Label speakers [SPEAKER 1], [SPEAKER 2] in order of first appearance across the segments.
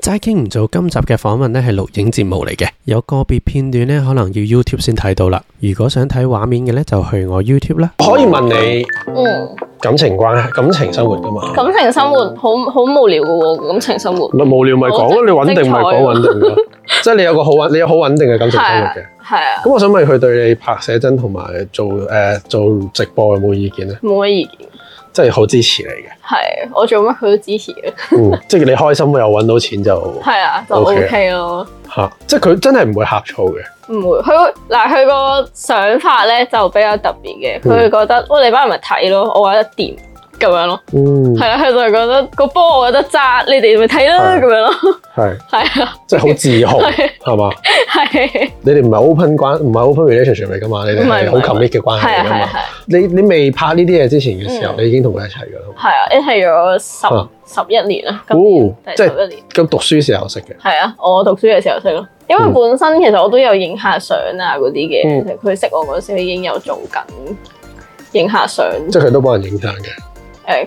[SPEAKER 1] 齋傾唔做今集嘅訪問呢係錄影節目嚟嘅，有個別片段呢可能要 YouTube 先睇到啦。如果想睇畫面嘅呢，就去我 YouTube 啦。
[SPEAKER 2] 可以問你
[SPEAKER 3] 嗯，
[SPEAKER 2] 感情關係、感情生活噶嘛？
[SPEAKER 3] 感情生
[SPEAKER 2] 嗯
[SPEAKER 3] 活好好無聊嘅喎，感情生活
[SPEAKER 2] 咪無聊咪講咯，你
[SPEAKER 3] 好
[SPEAKER 2] 穩定咪講穩定
[SPEAKER 3] 精
[SPEAKER 2] 咯，即係你有個好穩，你有好穩定嘅感情生活嘅。
[SPEAKER 3] 係啊，
[SPEAKER 2] 咁我想問佢對你拍寫真同埋做誒、呃做直播有冇意見咧？
[SPEAKER 3] 冇乜意見。
[SPEAKER 2] 即係好支持你 嘅，
[SPEAKER 3] 係，我做乜佢都支持嘅。
[SPEAKER 2] 嗯，即係你開心又揾到錢就
[SPEAKER 3] 係啊，就
[SPEAKER 2] OK 啊
[SPEAKER 3] OK 咯。
[SPEAKER 2] 嚇、即係佢真係唔會呷醋嘅。
[SPEAKER 3] 唔會，佢嗱佢個想法咧就比較特別
[SPEAKER 2] 嗯
[SPEAKER 3] 嘅，佢會覺得，哇你班人咪睇咯，我覺得掂咁樣咯，
[SPEAKER 2] 嗯，
[SPEAKER 3] 係啊，佢就係覺得個波我覺得渣，你哋咪睇啦
[SPEAKER 2] 係
[SPEAKER 3] 咁樣咯，
[SPEAKER 2] 係，
[SPEAKER 3] 係啊，
[SPEAKER 2] 即係好自豪
[SPEAKER 3] 係
[SPEAKER 2] 係嘛？
[SPEAKER 3] 係，
[SPEAKER 2] 你哋唔係 open 關，唔係 open relationship 嚟噶嘛？你哋
[SPEAKER 3] 唔係
[SPEAKER 2] 係
[SPEAKER 3] 唔係
[SPEAKER 2] 好 commit 嘅關
[SPEAKER 3] 係
[SPEAKER 2] 係嚟
[SPEAKER 3] 啊係
[SPEAKER 2] 噶
[SPEAKER 3] 啊
[SPEAKER 2] 嘛？
[SPEAKER 3] 係啊
[SPEAKER 2] 你你未拍呢啲嘢之前嘅時候，
[SPEAKER 3] 嗯
[SPEAKER 2] 你已經同佢一齊㗎啦。
[SPEAKER 3] 係啊，一係咗
[SPEAKER 2] 啊
[SPEAKER 3] 十十一年啦，今
[SPEAKER 2] 哦
[SPEAKER 3] 年第，
[SPEAKER 2] 即
[SPEAKER 3] 十一
[SPEAKER 2] 係
[SPEAKER 3] 年，
[SPEAKER 2] 咁讀書時候識嘅。
[SPEAKER 3] 係啊，我讀書嘅時候識咯，因為
[SPEAKER 2] 嗯
[SPEAKER 3] 本身其實我都有影下相啊嗰啲嘅，
[SPEAKER 2] 嗯
[SPEAKER 3] 其實佢識我嗰時佢已經有做緊影下相，
[SPEAKER 2] 即係佢都幫人影相嘅。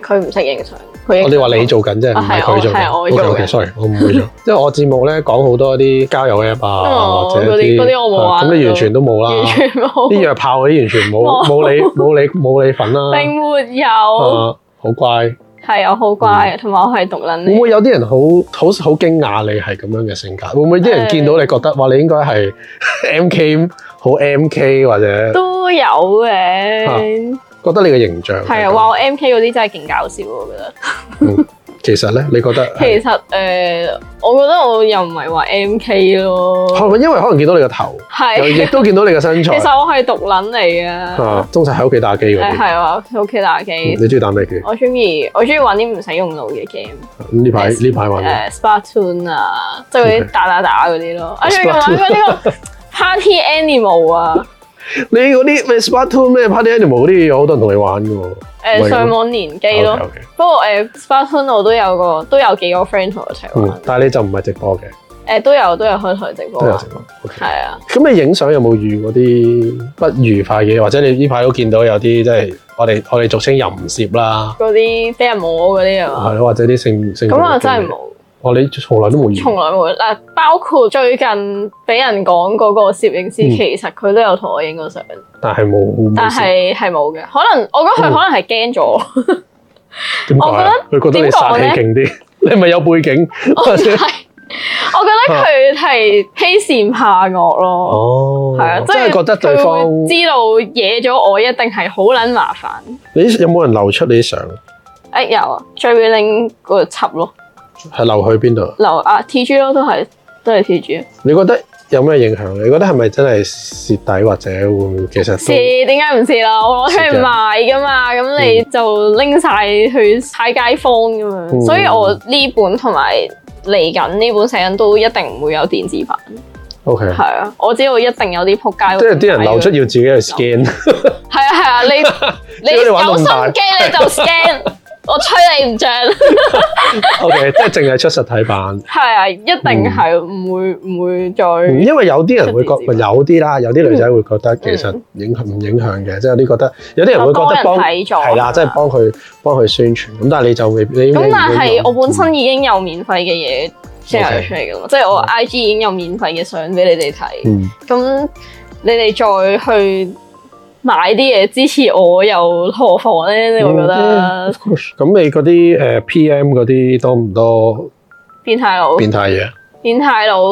[SPEAKER 3] 誒佢唔識影相，佢
[SPEAKER 2] 我
[SPEAKER 3] 影
[SPEAKER 2] 哋話哦你做緊啫，唔
[SPEAKER 3] 啊
[SPEAKER 2] 係
[SPEAKER 3] 係
[SPEAKER 2] 佢做緊。
[SPEAKER 3] 我係我做嘅
[SPEAKER 2] OK，OK，sorry，我唔會 做。因為我節目咧講好多啲交友 app 啊，
[SPEAKER 3] 哦
[SPEAKER 2] 或者
[SPEAKER 3] 嗰啲嗰啲我冇
[SPEAKER 2] 啊
[SPEAKER 3] 玩
[SPEAKER 2] 咁你完全都冇
[SPEAKER 3] 完
[SPEAKER 2] 啦。
[SPEAKER 3] 全冇，
[SPEAKER 2] 啲藥炮嗰啲完全冇
[SPEAKER 3] 冇
[SPEAKER 2] 冇你冇你冇你份 啦。
[SPEAKER 3] 並沒
[SPEAKER 2] 係
[SPEAKER 3] 有。
[SPEAKER 2] 嘛好乖。
[SPEAKER 3] 係我好乖，啊同埋我係獨撚
[SPEAKER 2] 會唔
[SPEAKER 3] 嚟。
[SPEAKER 2] 嗯會有啲人好好好驚訝你係咁樣嘅性格？會唔會啲人
[SPEAKER 3] 誒
[SPEAKER 2] 見到你覺得哇，你應該係 M K 好 M K 或者
[SPEAKER 3] 都有
[SPEAKER 2] 啊
[SPEAKER 3] 嘅，
[SPEAKER 2] 覺得你嘅形象
[SPEAKER 3] 係
[SPEAKER 2] 係
[SPEAKER 3] 啊！
[SPEAKER 2] 咁
[SPEAKER 3] 話我 M K 嗰啲真係勁搞笑，我覺得。
[SPEAKER 2] 其實咧，你覺得
[SPEAKER 3] 其實誒、我覺得我又唔係話 M K 咯，
[SPEAKER 2] 係咪因為可能見到你個頭，又亦
[SPEAKER 3] 係。
[SPEAKER 2] 都見到你個身
[SPEAKER 3] 其
[SPEAKER 2] 材？
[SPEAKER 3] 實我係獨撚嚟嘅，
[SPEAKER 2] 啊，通常喺屋企打機嗰
[SPEAKER 3] 誒
[SPEAKER 2] 啲，
[SPEAKER 3] 係哦啊，喺屋企打
[SPEAKER 2] 嗯
[SPEAKER 3] 機。
[SPEAKER 2] 你中意打咩機？
[SPEAKER 3] 我中意我中意玩啲唔使用腦嘅 game，
[SPEAKER 2] 呢排呢排玩嘅
[SPEAKER 3] 誒 Splatoon 啊，即係嗰
[SPEAKER 2] OK
[SPEAKER 3] 啲打打打嗰啲 咯。我最近玩
[SPEAKER 2] Splatoon
[SPEAKER 3] 過呢 個 Party Animal 啊，
[SPEAKER 2] 你嗰啲咩 Splatoon 咩 Party Animal 嗰啲有好多人同你玩嘅喎。
[SPEAKER 3] 誒、
[SPEAKER 2] 喂
[SPEAKER 3] 呃上網年機咯。
[SPEAKER 2] OK，OK
[SPEAKER 3] 不過誒、s p a r t a n 我都有個都有幾個 friend 同我一齊玩，誒、呃
[SPEAKER 2] 嗯，但係你就唔係直播嘅，
[SPEAKER 3] 都有都有開台直播
[SPEAKER 2] 都有
[SPEAKER 3] 玩
[SPEAKER 2] 直，播。OK
[SPEAKER 3] 係啊，
[SPEAKER 2] 咁你影相有冇遇嗰啲不愉快嘅嘢？或者你呢排都見到有啲即係我哋我哋俗稱淫攝啦，
[SPEAKER 3] 嗰啲俾人摸嗰啲啊嘛，
[SPEAKER 2] 係咯，或者啲性性
[SPEAKER 3] 咁
[SPEAKER 2] 暴力
[SPEAKER 3] 我
[SPEAKER 2] 嘅
[SPEAKER 3] 真係
[SPEAKER 2] 嘢。
[SPEAKER 3] 冇，
[SPEAKER 2] 哦，你從來都冇遇過。
[SPEAKER 3] 從來冇嗱，包括最近俾人講嗰個攝影師，
[SPEAKER 2] 嗯
[SPEAKER 3] 其實佢都有同我影過相，
[SPEAKER 2] 但係冇，
[SPEAKER 3] 但係係冇嘅，可能我覺得佢
[SPEAKER 2] 嗯
[SPEAKER 3] 可能係驚咗，
[SPEAKER 2] 點解啊？佢覺得你
[SPEAKER 3] 點
[SPEAKER 2] 殺
[SPEAKER 3] 講
[SPEAKER 2] 氣
[SPEAKER 3] 呢哦
[SPEAKER 2] 勁啲， 你係咪有背景？或 者
[SPEAKER 3] 我覺得佢係欺善怕惡咯。
[SPEAKER 2] 哦，
[SPEAKER 3] 係啊，
[SPEAKER 2] 即係覺得對
[SPEAKER 3] 佢
[SPEAKER 2] 方，
[SPEAKER 3] 會知道惹咗我，一定係好撚麻煩。
[SPEAKER 2] 你有冇人流出你啲相？
[SPEAKER 3] 誒、有啊，最拎嗰個輯咯。
[SPEAKER 2] 係流去邊度？
[SPEAKER 3] 留啊 T G 咯，都係都係 T G。
[SPEAKER 2] 你覺得有咩影響？你覺得係咪真係蝕底，或者會唔會其實
[SPEAKER 3] 是
[SPEAKER 2] 都
[SPEAKER 3] 點解唔是啦？我攞出嚟賣噶嘛，咁你就拎晒去踩街坊咁樣。
[SPEAKER 2] 嗯
[SPEAKER 3] 所以我呢本同埋嚟緊呢本寫真都一定唔會有電子版，
[SPEAKER 2] OK？
[SPEAKER 3] 係啊，我知道一定有啲撲街。
[SPEAKER 2] 嗯即係啲人流出要自己去 scan，
[SPEAKER 3] 係啊 係啊，你你
[SPEAKER 2] 只要你玩
[SPEAKER 3] 有
[SPEAKER 2] 咁
[SPEAKER 3] 心
[SPEAKER 2] 大
[SPEAKER 3] 機你就 scan，我吹你唔漲。
[SPEAKER 2] OK，即係淨係出實體版。
[SPEAKER 3] 係啊，一定係唔會唔會再
[SPEAKER 2] 嗯因為有啲人會覺
[SPEAKER 3] 出電子版
[SPEAKER 2] 有啲啦，有啲女仔會覺得其實影響唔影響嘅，即係有啲覺得有啲人會覺得幫
[SPEAKER 3] 嗯多人睇咗
[SPEAKER 2] 係啦，即係幫佢幫佢宣傳。咁但係你就未必你
[SPEAKER 3] 咁但
[SPEAKER 2] 你
[SPEAKER 3] 係我本
[SPEAKER 2] 嗯
[SPEAKER 3] 身已經有免費嘅嘢 share 出嚟噶嘛，即係我 IG 已經有免費嘅相俾你哋睇，
[SPEAKER 2] 嗯
[SPEAKER 3] 咁你哋再去買啲嘢支持我，又何妨咧？我覺
[SPEAKER 2] 嗯
[SPEAKER 3] 得
[SPEAKER 2] of course 咁你嗰啲誒 PM 嗰啲多唔多
[SPEAKER 3] 變態佬，
[SPEAKER 2] 變態嘢？
[SPEAKER 3] 變態佬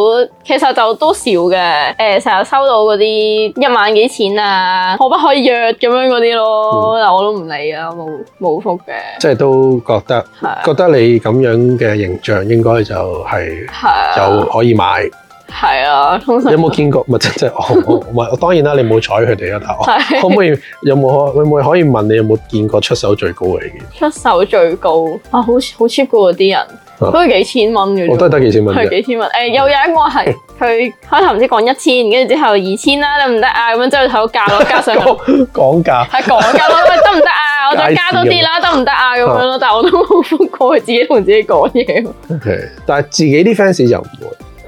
[SPEAKER 3] 其實就都少嘅，誒成日收到嗰啲一萬幾錢啊，可不可以約咁樣嗰啲咯，
[SPEAKER 2] 嗯
[SPEAKER 3] 但我都唔理啊，冇冇覆嘅，
[SPEAKER 2] 即係都覺得
[SPEAKER 3] 係啊
[SPEAKER 2] 覺得你咁樣嘅形象應該就係
[SPEAKER 3] 係啊
[SPEAKER 2] 就，可以 買。
[SPEAKER 3] 係啊，通
[SPEAKER 2] 你
[SPEAKER 3] 常
[SPEAKER 2] 有冇見過？咪即係我我我咪當然啦，你冇睬佢哋啊，但我
[SPEAKER 3] 係
[SPEAKER 2] 可唔可以有冇可會唔會可以問你有冇見過出手最高嘅嘢？
[SPEAKER 3] 出手最高啊，好好 cheap 嘅喎啲人，都係幾千蚊嘅
[SPEAKER 2] 啊我都係
[SPEAKER 3] 啫。
[SPEAKER 2] 得幾千蚊
[SPEAKER 3] 係
[SPEAKER 2] 啫。
[SPEAKER 3] 幾千蚊，誒、又有一個 係佢開頭唔知講一千，跟住之後二千啦，得唔得啊？咁樣之後睇到價咯，加上係
[SPEAKER 2] 講講價
[SPEAKER 3] 講價咯，喂得唔得啊？我再加多啲啦，得唔得啊？咁樣咯，但係我都冇覆過佢自己同自己講嘢，
[SPEAKER 2] ，OK。但係自己啲 fans 就唔會，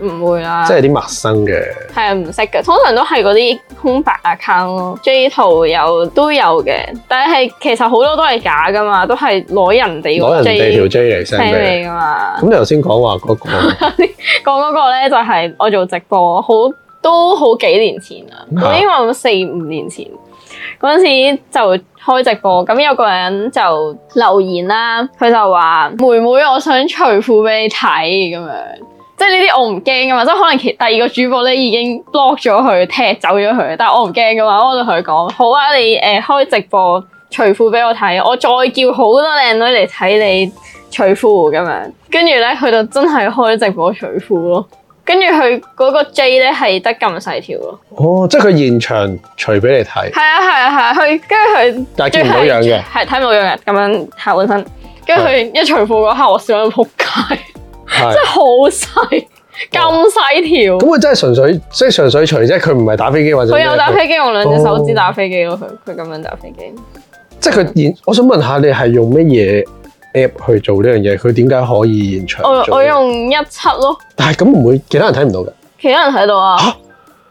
[SPEAKER 3] 唔唔會啦，
[SPEAKER 2] 即係啲陌生嘅，
[SPEAKER 3] 係啊，唔識嘅，通常都係嗰啲空白 account 咯，J 圖有都有嘅，但係其實好多都係假噶嘛，都係攞人哋
[SPEAKER 2] 攞
[SPEAKER 3] 個
[SPEAKER 2] 人哋
[SPEAKER 3] J
[SPEAKER 2] 條 J 嚟 send 俾
[SPEAKER 3] 聽
[SPEAKER 2] 你。
[SPEAKER 3] 你噶嘛。
[SPEAKER 2] 咁你頭先講話嗰個
[SPEAKER 3] 講嗰個咧就係我做直播，好都好幾年前啦，
[SPEAKER 2] 嚇
[SPEAKER 3] 我應該有四五年前嗰陣時就開直播，咁有個人就留言啦，佢就話：妹妹，我想除褲俾你睇咁樣。即係呢啲我唔驚噶嘛，即係可能其第二個主播咧已經 block 咗佢，踢走咗佢，但係我唔驚噶嘛，我就同佢講：好啊，你誒、呃、開直播除褲俾我睇，我再叫好多靚女嚟睇你除褲咁樣。跟住咧，佢就真係開直播除褲咯。跟住佢嗰個 J 咧係得咁細條咯，
[SPEAKER 2] 哦，即係佢現場除俾你睇，
[SPEAKER 3] 係啊係啊係啊，佢跟住佢
[SPEAKER 2] 但係見唔到樣嘅。嗯
[SPEAKER 3] 係睇唔到樣嘅咁樣下半身。跟住佢一除褲嗰刻，我笑到仆街，
[SPEAKER 2] 係
[SPEAKER 3] 真係好細，咁細條
[SPEAKER 2] 咁。佢真係純粹，即係純粹除啫，佢唔係打飛機或者
[SPEAKER 3] 佢
[SPEAKER 2] 咩。
[SPEAKER 3] 有打飛機，用兩隻手指打飛機咯。佢
[SPEAKER 2] 哦
[SPEAKER 3] 佢咁樣打飛機，
[SPEAKER 2] 即係佢現。我想問下你係用乜嘢 app 去做呢樣嘢？佢點解可以現場
[SPEAKER 3] 我
[SPEAKER 2] 嗯做
[SPEAKER 3] 我
[SPEAKER 2] 呢樣嘢
[SPEAKER 3] 用一七咯，
[SPEAKER 2] 但係咁唔會，其他人睇唔到嘅。
[SPEAKER 3] 其他人睇到啊
[SPEAKER 2] 嚇。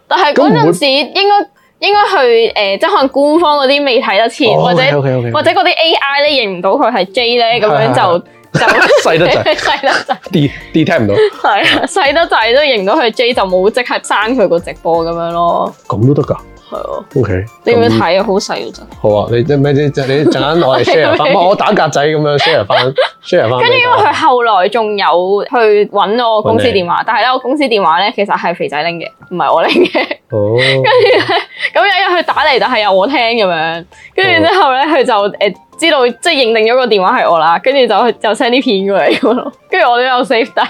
[SPEAKER 3] 但
[SPEAKER 2] 咁
[SPEAKER 3] 係嗰
[SPEAKER 2] 唔會
[SPEAKER 3] 陣時應該應該去誒、呃即係可能官方嗰啲未睇得
[SPEAKER 2] 哦
[SPEAKER 3] 切，或者
[SPEAKER 2] OK OK，
[SPEAKER 3] 或者嗰啲 AI 咧認唔到佢係 J 咧，咁樣就就
[SPEAKER 2] 細得 滯
[SPEAKER 3] 細得滯，
[SPEAKER 2] D D 聽唔到，
[SPEAKER 3] 係啊，細得滯都認到佢 J 就冇即刻刪佢個直播咁樣咯，
[SPEAKER 2] 咁都得㗎。
[SPEAKER 3] 係啊，
[SPEAKER 2] OK，
[SPEAKER 3] 你要唔要
[SPEAKER 2] 咁
[SPEAKER 3] 睇啊？好細嘅啫。
[SPEAKER 2] 好啊，你即咩？你你陣間我哋 share 翻，我打格仔咁樣 share 翻 share 翻。
[SPEAKER 3] 跟住因為佢後來仲有去揾我公司電話，但係咧我公司電話咧其實係肥仔拎嘅，唔係我拎嘅。
[SPEAKER 2] 哦，
[SPEAKER 3] 咁有一日佢打嚟，但係有我聽咁樣，跟住之後咧佢就誒、知道即係認定咗個電話係我啦，跟住就就 send 啲片過嚟咁咯，跟住我都有 save 低。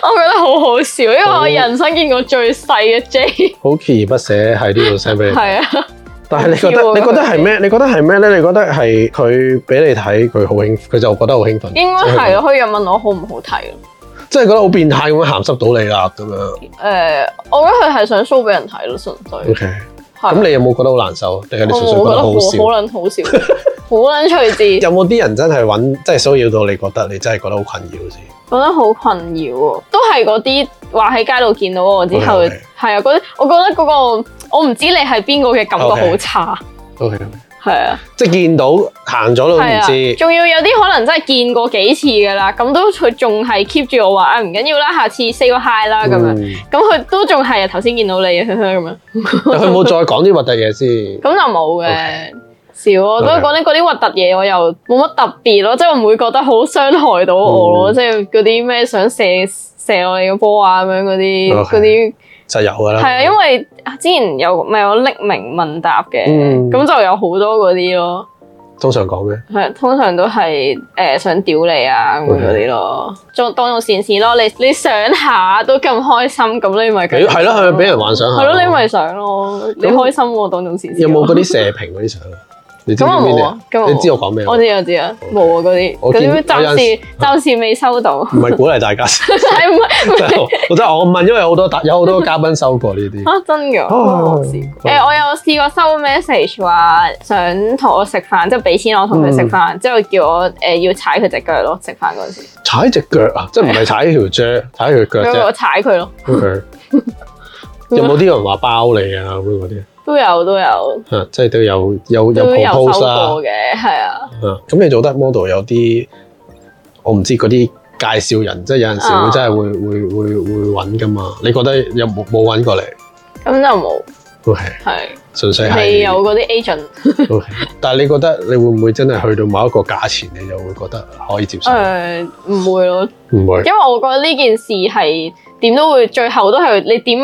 [SPEAKER 3] 我覺得好好笑，因為我人生見過最細嘅 J，
[SPEAKER 2] 好鍥而不捨喺呢度 send 俾你。
[SPEAKER 3] 係啊，
[SPEAKER 2] 但係你覺
[SPEAKER 3] 好
[SPEAKER 2] 得
[SPEAKER 3] 笑喎
[SPEAKER 2] 你覺得係咩？你覺得係咩咧？你覺得係佢俾你睇，佢好興，佢就覺得好興奮。
[SPEAKER 3] 應該係咯。佢又問我好唔好睇咯，
[SPEAKER 2] 即係覺得好變態咁樣鹹濕到你啦咁樣。
[SPEAKER 3] 誒、呃我覺得佢係想 show 俾人睇咯，純粹
[SPEAKER 2] OK，
[SPEAKER 3] 係。
[SPEAKER 2] 咁你有冇覺得好難受？定係你純粹覺
[SPEAKER 3] 我
[SPEAKER 2] 得好
[SPEAKER 3] 覺得
[SPEAKER 2] 笑？
[SPEAKER 3] 好撚好笑，好撚趣致，
[SPEAKER 2] 有冇啲人真係揾即係騷擾到你覺得你真係覺得好困擾先？
[SPEAKER 3] 覺得好困擾喎。都係嗰啲話喺街度見到我之後，
[SPEAKER 2] OK，OK
[SPEAKER 3] 係啊，嗰啲我覺得嗰、個我唔知你係邊個嘅感覺
[SPEAKER 2] OK
[SPEAKER 3] 好差，
[SPEAKER 2] O K，
[SPEAKER 3] 係啊，
[SPEAKER 2] 即係見到行咗都唔
[SPEAKER 3] 係啊，
[SPEAKER 2] 知。
[SPEAKER 3] 仲要有啲可能真係見過幾次㗎啦，咁都佢仲係 keep 住我話啊唔緊要啦，下次 say 個 hi 啦咁樣，
[SPEAKER 2] 嗯
[SPEAKER 3] 咁佢、都仲係啊頭先見到你啊呵呵咁樣，
[SPEAKER 2] 但佢冇再講啲核突嘢先。
[SPEAKER 3] 咁就冇嘅。少咯，都
[SPEAKER 2] OK
[SPEAKER 3] 講啲嗰啲核突嘢，我又冇乜特別咯，即係我唔會覺得好傷害到我咯，
[SPEAKER 2] 嗯
[SPEAKER 3] 即係嗰啲咩想射射我哋個波啊咁樣嗰啲
[SPEAKER 2] OK
[SPEAKER 3] 嗰啲，
[SPEAKER 2] 就有㗎啦。
[SPEAKER 3] 係啊，因為之前有咪有匿名問答嘅，
[SPEAKER 2] 嗯
[SPEAKER 3] 咁、就有好多嗰啲咯，
[SPEAKER 2] 通常講咩？
[SPEAKER 3] 係通常都係誒、呃想屌你啊咁樣嗰啲咯，
[SPEAKER 2] 嗯
[SPEAKER 3] 做當做善事咯，你你想下都咁開心，咁你咪繼
[SPEAKER 2] 係
[SPEAKER 3] 續
[SPEAKER 2] 咯係咯，係咪俾人幻想下？
[SPEAKER 3] 係咯，你咪想咯，你
[SPEAKER 2] 咁
[SPEAKER 3] 開心喎當做善事咯。
[SPEAKER 2] 有冇嗰啲射評嗰啲相？你知
[SPEAKER 3] 咁
[SPEAKER 2] 唔知
[SPEAKER 3] 啊冇
[SPEAKER 2] 邊
[SPEAKER 3] 啊，咁啊
[SPEAKER 2] 啲？
[SPEAKER 3] 冇
[SPEAKER 2] 你知我講咩？
[SPEAKER 3] 我知我知啊，冇啊嗰啲，
[SPEAKER 2] 我
[SPEAKER 3] 嗰
[SPEAKER 2] 見
[SPEAKER 3] 啲
[SPEAKER 2] 我有啊
[SPEAKER 3] 暫時暫時未收到，
[SPEAKER 2] 唔係鼓勵大家， 真
[SPEAKER 3] 係唔係
[SPEAKER 2] 係我我真係我問，因為好多有好多嘉賓收過呢啲。
[SPEAKER 3] 啊真
[SPEAKER 2] 哦
[SPEAKER 3] 㗎？我冇試過誒，我有試過收 message 話想同我食飯，即係俾錢我同佢食
[SPEAKER 2] 嗯
[SPEAKER 3] 飯，之後叫我誒要踩佢只腳咯，食飯嗰陣時，
[SPEAKER 2] 踩只腳啊，即係唔係踩條啫，踩條腳
[SPEAKER 3] 咁
[SPEAKER 2] 啫。
[SPEAKER 3] 我踩佢咯，
[SPEAKER 2] OK 有冇啲人話包你啊咁樣嗰啲
[SPEAKER 3] 都有都有
[SPEAKER 2] 啊？即係都有有有
[SPEAKER 3] 都有收
[SPEAKER 2] propose 啊
[SPEAKER 3] 過嘅，係啊，
[SPEAKER 2] 啊！咁你做得 model 有啲我唔知嗰啲介紹人，即係有陣時會
[SPEAKER 3] 啊
[SPEAKER 2] 真係會會會會揾噶嘛？你覺得有冇冇揾過你
[SPEAKER 3] 咁就冇
[SPEAKER 2] ？OK，
[SPEAKER 3] 係
[SPEAKER 2] 純粹
[SPEAKER 3] 未
[SPEAKER 2] 係
[SPEAKER 3] 有嗰啲 agent。
[SPEAKER 2] O K，但係你覺得你會唔會真係去到某一個價錢，你就會覺得可以接受？
[SPEAKER 3] 誒唔會咯，
[SPEAKER 2] 唔會
[SPEAKER 3] 因為我覺得呢件事係點都會，最後都係你點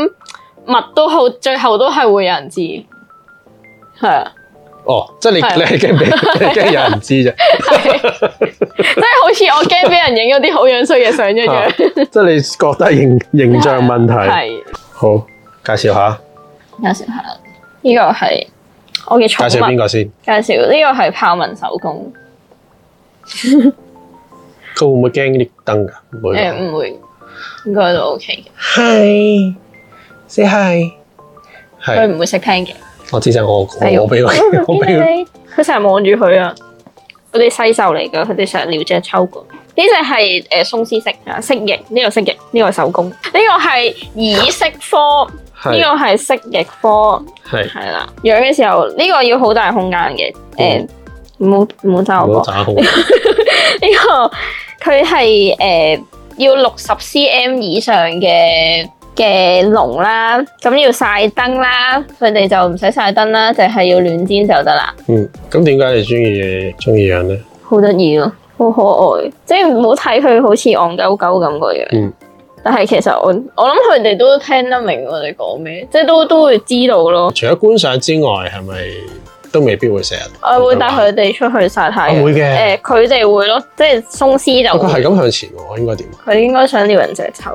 [SPEAKER 3] 密都好，最後都係會有人知。係啊，
[SPEAKER 2] 哦，即係你
[SPEAKER 3] 係
[SPEAKER 2] 你係 驚俾你係驚有人知啫，
[SPEAKER 3] 即係好似我驚俾人影咗啲好樣衰嘅相一
[SPEAKER 2] 啊
[SPEAKER 3] 樣。
[SPEAKER 2] 即係你覺得形形象問 題。
[SPEAKER 3] 係，
[SPEAKER 2] 好，介紹下，
[SPEAKER 3] 介紹下呢個係我嘅
[SPEAKER 2] 介紹邊
[SPEAKER 3] 寵物。
[SPEAKER 2] 個先？
[SPEAKER 3] 介紹呢個係豹紋手工，
[SPEAKER 2] 佢會唔會驚啲燈㗎？唔會
[SPEAKER 3] 誒
[SPEAKER 2] 㗎。
[SPEAKER 3] 唔會，應該都 OK 嘅，
[SPEAKER 2] Hi，say hi。
[SPEAKER 3] 佢
[SPEAKER 2] 係，
[SPEAKER 3] 唔會識聽 嘅。
[SPEAKER 2] 我知就我
[SPEAKER 3] 係
[SPEAKER 2] 我我俾 佢，我俾佢。
[SPEAKER 3] 佢成日望住佢啊！佢哋細獸嚟噶，佢哋成日撩隻抽噶。呢只係誒鬆絲織啊，蜥蜴呢個蜥蜴，呢、個手工，呢、個係耳飾科，呢
[SPEAKER 2] 係
[SPEAKER 3] 個係蜥蜴科，
[SPEAKER 2] 係
[SPEAKER 3] 係啦。養嘅時候呢、個要好大空間嘅，誒唔好唔好
[SPEAKER 2] 嗯好
[SPEAKER 3] 揸我講
[SPEAKER 2] 渣好，
[SPEAKER 3] 呢、個佢係誒要六十 cm 以上嘅。嘅籠啦，咁要曬燈啦，佢哋就唔使曬燈啦，就係、要暖氈就得啦。
[SPEAKER 2] 嗯，咁點解你中意中意養咧？
[SPEAKER 3] 好得意咯，好可愛，即係唔好睇佢好似戇鳩鳩咁個樣。
[SPEAKER 2] 嗯
[SPEAKER 3] 但係其實我我諗佢哋都聽得明我哋講咩，即係都都會知道咯。
[SPEAKER 2] 除咗觀賞之外，係咪都未必會成日？
[SPEAKER 3] 我
[SPEAKER 2] 嗯
[SPEAKER 3] 會帶佢哋出去曬太陽。
[SPEAKER 2] 我會嘅
[SPEAKER 3] 誒佢哋會咯，即係鬆絲
[SPEAKER 2] 哦。
[SPEAKER 3] 就
[SPEAKER 2] 佢係
[SPEAKER 3] 會
[SPEAKER 2] 咁向前喎，應該點？
[SPEAKER 3] 佢應該想撩人隻手。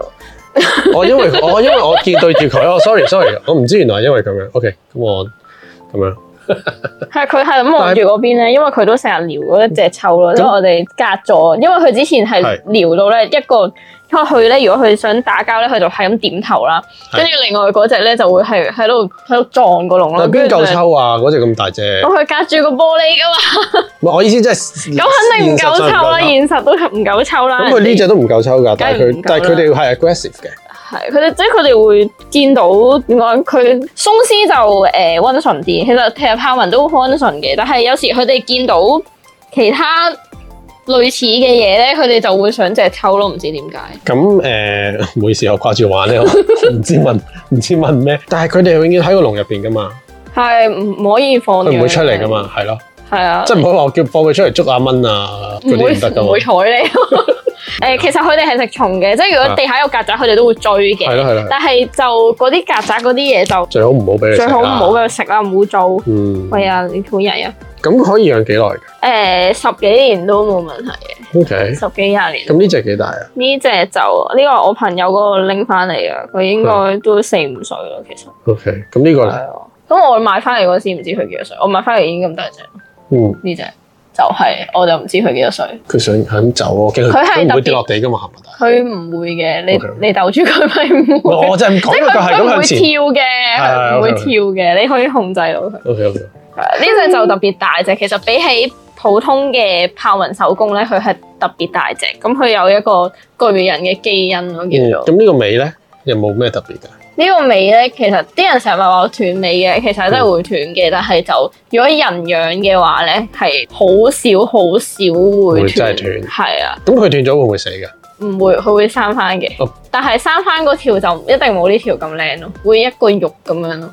[SPEAKER 2] 我因為 我因為我見對住佢，我 sorry sorry，我唔知原來係因為咁樣。OK，咁我咁樣。
[SPEAKER 3] 係佢係咁望住嗰邊咧，因為佢都成日撩嗰一隻臭咯，
[SPEAKER 2] 咁
[SPEAKER 3] 因為我哋隔咗，因為佢之前係
[SPEAKER 2] 係
[SPEAKER 3] 撩到咧一個，因為佢咧如果佢想打交咧，佢就係咁點頭啦，
[SPEAKER 2] 係
[SPEAKER 3] 跟住另外嗰只咧就會係喺度喺度撞個籠咯。
[SPEAKER 2] 但邊
[SPEAKER 3] 跟住
[SPEAKER 2] 夠
[SPEAKER 3] 就
[SPEAKER 2] 抽啊？嗰只咁大隻
[SPEAKER 3] 咁，佢隔住個玻璃噶嘛，
[SPEAKER 2] 唔係我意思即係
[SPEAKER 3] 咁肯定唔夠
[SPEAKER 2] 現實上
[SPEAKER 3] 抽啦，
[SPEAKER 2] 夠
[SPEAKER 3] 現實都唔夠抽啦。
[SPEAKER 2] 咁佢呢只都唔夠抽㗎，但係
[SPEAKER 3] 梗
[SPEAKER 2] 佢
[SPEAKER 3] 係唔夠啦
[SPEAKER 2] 但係佢哋係 aggressive 嘅，
[SPEAKER 3] 係佢哋即係佢哋會見到點講，佢鬆獅就誒温順啲，其實踢入豹紋都温順嘅，但係有時佢哋見到其他類似嘅嘢咧，佢哋就會想隻抽咯，唔知點解。
[SPEAKER 2] 咁誒唔好意思，我掛住玩咧，我 唔知問唔知問咩，但係佢哋永遠喺個籠入邊㗎嘛，
[SPEAKER 3] 係唔唔可以放養
[SPEAKER 2] 佢唔會出嚟㗎？嘛，係咯，
[SPEAKER 3] 係啊，
[SPEAKER 2] 即係唔好話我叫放佢出嚟捉阿蚊啊嗰啲
[SPEAKER 3] 唔
[SPEAKER 2] 唔得
[SPEAKER 3] 會
[SPEAKER 2] 㗎
[SPEAKER 3] 唔
[SPEAKER 2] 嘛，
[SPEAKER 3] 會睬你。 誒，其實佢哋係食蟲嘅，即係如果地下有曱甴，佢哋都會追
[SPEAKER 2] 係
[SPEAKER 3] 嘅。
[SPEAKER 2] 啊咯係咯，係咯
[SPEAKER 3] 但係就嗰啲曱甴嗰啲嘢就
[SPEAKER 2] 最好唔好俾佢食啊
[SPEAKER 3] 最
[SPEAKER 2] 啦
[SPEAKER 3] 好唔好俾佢食啦，唔好做。
[SPEAKER 2] 嗯，
[SPEAKER 3] 喂啊，你好曳啊！
[SPEAKER 2] 咁可以養幾耐㗎
[SPEAKER 3] 誒、十幾年都冇問題嘅，
[SPEAKER 2] ？OK，
[SPEAKER 3] 十幾廿年。
[SPEAKER 2] 咁呢只幾大啊？
[SPEAKER 3] 呢只就呢、個我朋友嗰個拎翻嚟嘅，佢應該
[SPEAKER 2] 嗯
[SPEAKER 3] 都四五歲咯，其實。
[SPEAKER 2] OK，咁呢個
[SPEAKER 3] 係
[SPEAKER 2] 咧，
[SPEAKER 3] 啊。咁我買翻嚟嗰時唔知佢幾多歲，我買翻嚟已經咁大隻，
[SPEAKER 2] 嗯，
[SPEAKER 3] 呢只就係、我就唔知佢幾多歲。
[SPEAKER 2] 佢想肯走咯，我驚
[SPEAKER 3] 佢
[SPEAKER 2] 佢佢
[SPEAKER 3] 係
[SPEAKER 2] 唔
[SPEAKER 3] 特
[SPEAKER 2] 會
[SPEAKER 3] 別
[SPEAKER 2] 跌落地㗎嘛，係咪？
[SPEAKER 3] 佢唔會嘅，你
[SPEAKER 2] Okay
[SPEAKER 3] 你鬥住佢咪唔會
[SPEAKER 2] 哦我。真係咁
[SPEAKER 3] 即
[SPEAKER 2] 講，
[SPEAKER 3] 係
[SPEAKER 2] 佢係
[SPEAKER 3] 佢
[SPEAKER 2] 咁
[SPEAKER 3] 唔會
[SPEAKER 2] 向前。
[SPEAKER 3] 跳嘅，
[SPEAKER 2] 係係
[SPEAKER 3] 佢唔會
[SPEAKER 2] okay，okay
[SPEAKER 3] 跳嘅，你可以控制到佢。
[SPEAKER 2] OK OK，
[SPEAKER 3] 係啊呢只
[SPEAKER 2] 嗯
[SPEAKER 3] 就特別大隻，其實比起普通嘅豹紋手工咧，佢係特別大隻，咁佢有一個巨人嘅基因咯，叫做
[SPEAKER 2] 嗯咁呢個尾咧有冇咩特別㗎？
[SPEAKER 3] 呢、個尾咧。其實啲人成日咪話我斷尾嘅，其實真係會斷嘅，但係就如果人養嘅話咧，係好少好少會
[SPEAKER 2] 會真
[SPEAKER 3] 斷，
[SPEAKER 2] 係斷
[SPEAKER 3] 係啊，
[SPEAKER 2] 咁佢斷咗會唔會死㗎？
[SPEAKER 3] 唔會佢會生翻嘅，
[SPEAKER 2] 哦
[SPEAKER 3] 但係生翻嗰條就一定冇呢條咁靚咯，會一個肉咁樣咯。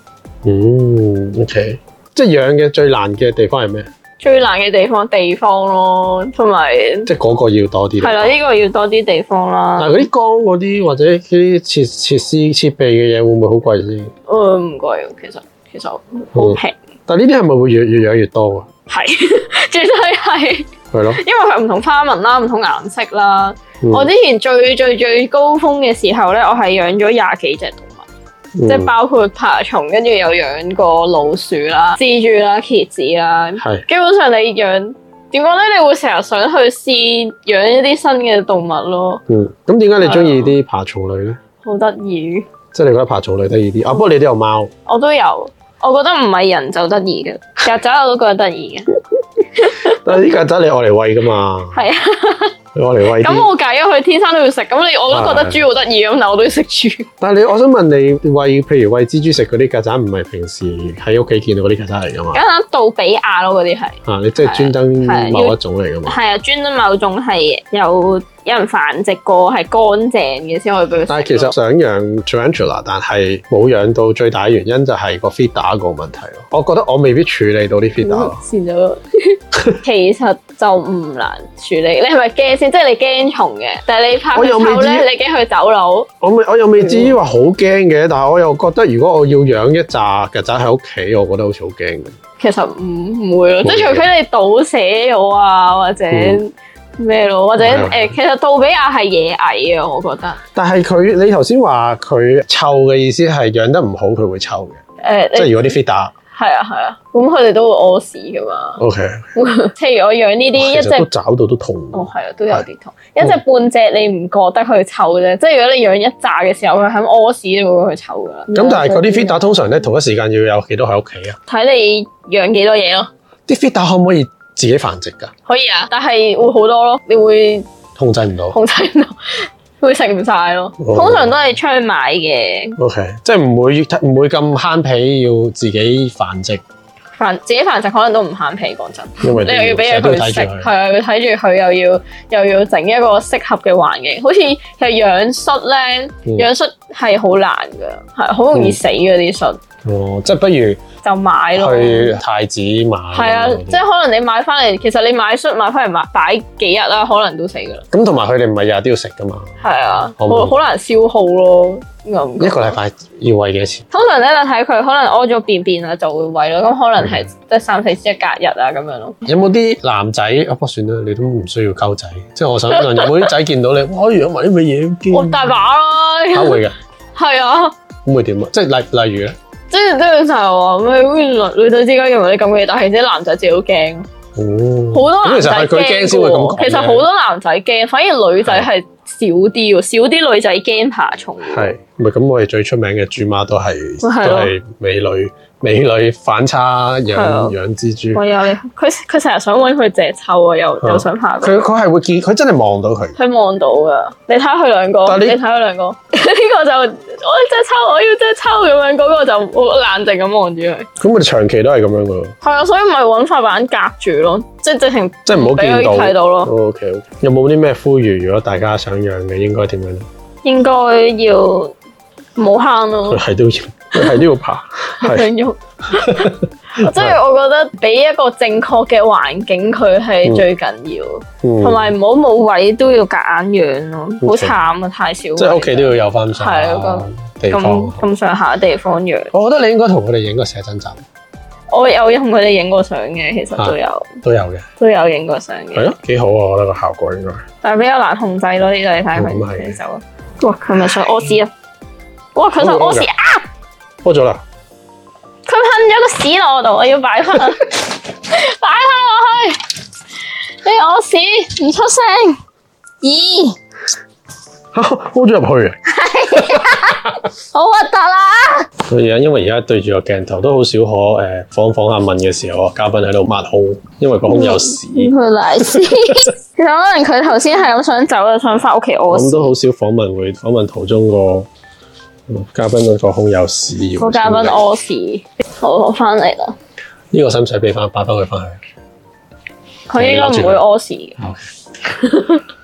[SPEAKER 2] 嗯，OK，即係養嘅最難嘅地方係咩？
[SPEAKER 3] 最難嘅地方地方咯，同埋
[SPEAKER 2] 即係嗰個要多啲。啊
[SPEAKER 3] 係啦，。呢、個要多啲地方啦。
[SPEAKER 2] 但係嗰啲缸嗰啲或者啲設設施設備嘅嘢會唔會好貴先？
[SPEAKER 3] 誒哦唔貴，其實其實好平，
[SPEAKER 2] 但係呢啲係咪會越越養越多啊？
[SPEAKER 3] 係 絕對係，
[SPEAKER 2] 係咯，
[SPEAKER 3] 因為佢唔同花紋啦，唔同顏色啦。
[SPEAKER 2] 嗯
[SPEAKER 3] 我之前最最最高峰嘅時候咧，我係養咗廿幾隻動物，即係
[SPEAKER 2] 嗯
[SPEAKER 3] 包括爬蟲，跟住又養過老鼠啦、蜘蛛啦、蠍子啦。
[SPEAKER 2] 係
[SPEAKER 3] 基本上你養點講咧，你會成日想去試養一啲新嘅動物咯，
[SPEAKER 2] 嗯。咁點解你中意啲爬蟲類咧？
[SPEAKER 3] 好得意。
[SPEAKER 2] 即係你覺得爬蟲類得意啲啊？不過你都有貓，
[SPEAKER 3] 我都有，我覺得唔係人就得意嘅，曱甴我都覺得得意嘅，
[SPEAKER 2] 但係啲曱甴你愛嚟餵㗎嘛？
[SPEAKER 3] 係啊。
[SPEAKER 2] 你愛嚟餵
[SPEAKER 3] 咁
[SPEAKER 2] 啲。
[SPEAKER 3] 冇計啊！佢天生都要食，咁你我都覺得豬好得意咁，但我都要食 豬。
[SPEAKER 2] 但係你，我想問你餵，譬如餵蜘蛛食嗰啲曱甴，唔係平時喺屋企見到嗰啲曱甴嚟㗎嘛？
[SPEAKER 3] 梗係杜比亞咯，嗰啲係
[SPEAKER 2] 啊！你即係專登某一種嚟噶嘛？
[SPEAKER 3] 係啊，專登某種係有有人繁殖過，係乾淨嘅先可以俾佢食咯。
[SPEAKER 2] 但係其實想養 tarantula，但係冇養到最大嘅原因就係個 feeder 個問題咯。我覺得我未必處理到啲 feeder 咯。
[SPEAKER 3] 善 咗，其實就唔難處理。你係咪驚先？即係你驚蟲嘅，但係你怕
[SPEAKER 2] 我
[SPEAKER 3] 佢
[SPEAKER 2] 又未
[SPEAKER 3] 臭咧，
[SPEAKER 2] 知
[SPEAKER 3] 你驚佢走佬。
[SPEAKER 2] 我未我又未至於話好驚嘅，但係我又覺得如果我要養一紮曱甴喺屋企，我覺得好似好驚咁。
[SPEAKER 3] 其實唔唔會咯，
[SPEAKER 2] 冇嘢
[SPEAKER 3] 即係除非你倒瀉咗啊，或者
[SPEAKER 2] 嗯
[SPEAKER 3] 咩咯，或者
[SPEAKER 2] 係啊
[SPEAKER 3] 誒，其實杜比亞係野蟻啊，我覺得。
[SPEAKER 2] 但係佢你頭先話佢臭嘅意思係養得唔好佢會臭嘅，
[SPEAKER 3] 誒，你
[SPEAKER 2] 即係如果啲 feeder。
[SPEAKER 3] 係啊係啊，咁佢哋都會屙屎 噶嘛。
[SPEAKER 2] OK，
[SPEAKER 3] 譬如我養呢啲
[SPEAKER 2] 其
[SPEAKER 3] 一
[SPEAKER 2] 實都
[SPEAKER 3] 隻，
[SPEAKER 2] 找到都痛。
[SPEAKER 3] 哦係啊，都有啲痛。一隻半隻你唔覺得佢臭啫，即係如果你養一紮嘅時候，佢肯屙屎，你會覺得佢臭噶啦。
[SPEAKER 2] 咁但係嗰啲啊 feeder 通常咧同一時間要有幾多喺屋企啊？
[SPEAKER 3] 睇你養幾多嘢咯，
[SPEAKER 2] 啲 feeder 可唔可以自己繁殖㗎？
[SPEAKER 3] 可以啊，但係會好多咯，你會
[SPEAKER 2] 控制唔到。
[SPEAKER 3] 控制唔到， 會食唔晒咯。
[SPEAKER 2] 哦
[SPEAKER 3] 通常都係出去買嘅，
[SPEAKER 2] O、k 即係唔會唔會咁慳皮，要自己繁殖，
[SPEAKER 3] 飯自己飯食可能都唔慳皮，講真。
[SPEAKER 2] 因為
[SPEAKER 3] 你又要俾
[SPEAKER 2] 成
[SPEAKER 3] 嘢
[SPEAKER 2] 日都
[SPEAKER 3] 佢
[SPEAKER 2] 睇
[SPEAKER 3] 食，
[SPEAKER 2] 住
[SPEAKER 3] 係
[SPEAKER 2] 佢。
[SPEAKER 3] 啊，要睇住佢，又要又要整一個適合嘅環境。好似其實養恤咧，
[SPEAKER 2] 嗯
[SPEAKER 3] 養恤係好難㗎，係好容易死嘅啲恤，
[SPEAKER 2] 哦，即係不如
[SPEAKER 3] 就買咯。
[SPEAKER 2] 去太子買。
[SPEAKER 3] 係啊，
[SPEAKER 2] 嗰啲
[SPEAKER 3] 即係可能你買翻嚟，其實你買恤買翻嚟買擺幾日啦，可能都死㗎啦。
[SPEAKER 2] 咁，同埋佢哋唔係日日都要食噶嘛。
[SPEAKER 3] 係啊，
[SPEAKER 2] 好冇
[SPEAKER 3] 好好難消耗咯。咁講
[SPEAKER 2] 一個禮拜要餵幾多錢？
[SPEAKER 3] 通常咧就睇佢可能屙咗便便啊就會餵咯，咁可能係
[SPEAKER 2] 嗯
[SPEAKER 3] 即係三四支一隔日啊咁樣咯。
[SPEAKER 2] 有冇啲男仔？啊，不過算啦，你都唔需要溝仔。即係我想問，有冇啲仔見到你， 哇，養埋啲乜嘢
[SPEAKER 3] 我
[SPEAKER 2] 堅？
[SPEAKER 3] 大把啦，
[SPEAKER 2] 嚇會嘅，
[SPEAKER 3] 係啊，
[SPEAKER 2] 咁會點啊？即係例例如咧，
[SPEAKER 3] 即係都要就話咩女女仔之間有冇啲咁嘅嘢，但係其實男仔自己都驚，
[SPEAKER 2] 哦，
[SPEAKER 3] 好多
[SPEAKER 2] 咁
[SPEAKER 3] 男
[SPEAKER 2] 其實
[SPEAKER 3] 仔
[SPEAKER 2] 係佢驚
[SPEAKER 3] 驚
[SPEAKER 2] 先會咁講
[SPEAKER 3] 喎
[SPEAKER 2] 嘅
[SPEAKER 3] 其實好多男仔驚，反而女仔係少啲喎，少啲女仔驚爬蟲。
[SPEAKER 2] 係咪咁？我哋最出名嘅豬媽都係都
[SPEAKER 3] 咪係咯
[SPEAKER 2] 係美女，美女反差養
[SPEAKER 3] 係啊
[SPEAKER 2] 養蜘蛛。
[SPEAKER 3] 我有你，佢佢成日想揾佢借臭啊，又
[SPEAKER 2] 係
[SPEAKER 3] 又想爬佢。
[SPEAKER 2] 嗯佢佢係會見，佢真係望到佢。
[SPEAKER 3] 佢望到噶，你睇下佢兩個，
[SPEAKER 2] 但係
[SPEAKER 3] 你
[SPEAKER 2] 你
[SPEAKER 3] 睇佢兩個， 呢個就我真抽，我要真抽咁樣，嗰、個就好冷靜咁望住佢。
[SPEAKER 2] 咁我哋長期都係咁樣噶咯，
[SPEAKER 3] 係啊，所以咪揾塊板隔住咯，即係直情
[SPEAKER 2] 即係唔好
[SPEAKER 3] 俾
[SPEAKER 2] 見
[SPEAKER 3] 佢
[SPEAKER 2] 到。嗯
[SPEAKER 3] 睇到咯。
[SPEAKER 2] O K，有冇啲咩呼籲？如果大家想養嘅，應該點 樣咧？
[SPEAKER 3] 應該要冇慳咯
[SPEAKER 2] 佢，係都要，佢係都要爬，
[SPEAKER 3] 咁
[SPEAKER 2] 係
[SPEAKER 3] 樣用。即係我覺得俾一個正確嘅環境佢係最緊要，
[SPEAKER 2] 嗯
[SPEAKER 3] 同埋唔好冇位都要夾硬養咯，好
[SPEAKER 2] OK
[SPEAKER 3] 慘啊！太少位啦，
[SPEAKER 2] 即係屋企都要有翻咁上
[SPEAKER 3] 係
[SPEAKER 2] 下
[SPEAKER 3] 啊
[SPEAKER 2] 地
[SPEAKER 3] 咁
[SPEAKER 2] 方。
[SPEAKER 3] 咁上下地方養。
[SPEAKER 2] 我覺得你應該同佢哋影個寫真集，
[SPEAKER 3] 我有同佢哋影過相嘅，其實都有、
[SPEAKER 2] 都有嘅，
[SPEAKER 3] 都有影過相
[SPEAKER 2] 啊係
[SPEAKER 3] 嘅，
[SPEAKER 2] 咯，幾好啊！我覺得個效果應該。
[SPEAKER 3] 但係比較難控制咯。呢度你睇下
[SPEAKER 2] 嗯咁係
[SPEAKER 3] 佢隻手啊，哇！佢咪想屙屎啊！哇！佢想屙屎啊！
[SPEAKER 2] 屙咗啦，
[SPEAKER 3] 佢噴咗個屎落我度，我要擺翻，擺翻落去。你屙屎唔出聲，咦？
[SPEAKER 2] 屙咗入去嘅。
[SPEAKER 3] 好核突啊啦！
[SPEAKER 2] 佢而家因為而家對住個鏡頭都好少可誒放放下問嘅時候，嘉賓喺度抹胸，因為個胸有屎，
[SPEAKER 3] 佢 賴屎。其實可能佢頭先係咁想走，就想翻屋企屙
[SPEAKER 2] 咁
[SPEAKER 3] 屎。
[SPEAKER 2] 都好少訪問會訪問途中個嗯嘉賓嗰個胸有屎要
[SPEAKER 3] 個嘉
[SPEAKER 2] 清
[SPEAKER 3] 賓
[SPEAKER 2] 理
[SPEAKER 3] 屙屎，好，我翻嚟啦。
[SPEAKER 2] 呢個使唔使俾翻擺翻佢翻去？
[SPEAKER 3] 佢應該唔會屙屎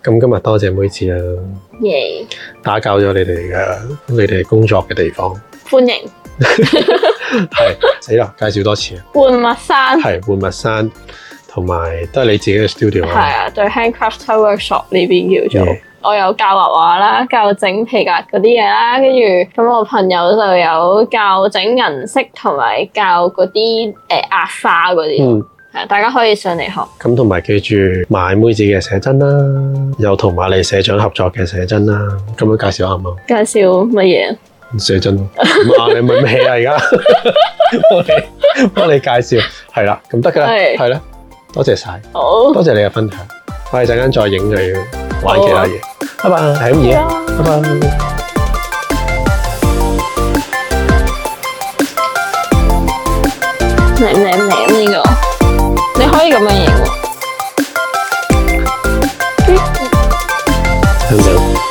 [SPEAKER 2] 咁今日多謝妹子啦，
[SPEAKER 3] 嘅，耶！
[SPEAKER 2] 打攪咗你哋嘅你哋工作嘅地 方，
[SPEAKER 3] 歡迎
[SPEAKER 2] 係死啦！介紹多次啊，
[SPEAKER 3] 換物山。
[SPEAKER 2] 係換物山同埋都係你自己嘅 studio
[SPEAKER 3] 係
[SPEAKER 2] 啊，
[SPEAKER 3] 啊，對 handcraft workshop 呢邊叫做
[SPEAKER 2] Yeah。
[SPEAKER 3] 我有教畫畫啦，教整皮革嗰啲嘢啦，跟住咁我朋友就有教整銀色同埋教嗰啲誒壓花嗰啲，
[SPEAKER 2] 嗯。
[SPEAKER 3] 係啊大家可以上嚟學。
[SPEAKER 2] 咁同埋記住買妹子嘅寫真啦，又同瑪麗社長合作嘅寫真啦，咁樣介紹啱唔啱？
[SPEAKER 3] 介紹乜嘢？
[SPEAKER 2] 寫真咯，咁啊，你問咩啊？ 而家幫你幫你介紹，係啦，咁得噶啦，
[SPEAKER 3] 係
[SPEAKER 2] 係啦，多謝晒，
[SPEAKER 3] 好，
[SPEAKER 2] 多謝你嘅分享，我哋陣間再影你玩其他嘢，拜啊拜，係咁嘢，拜拜。
[SPEAKER 3] 舐舐舐呢個，你可以咁樣影喎。
[SPEAKER 2] 香港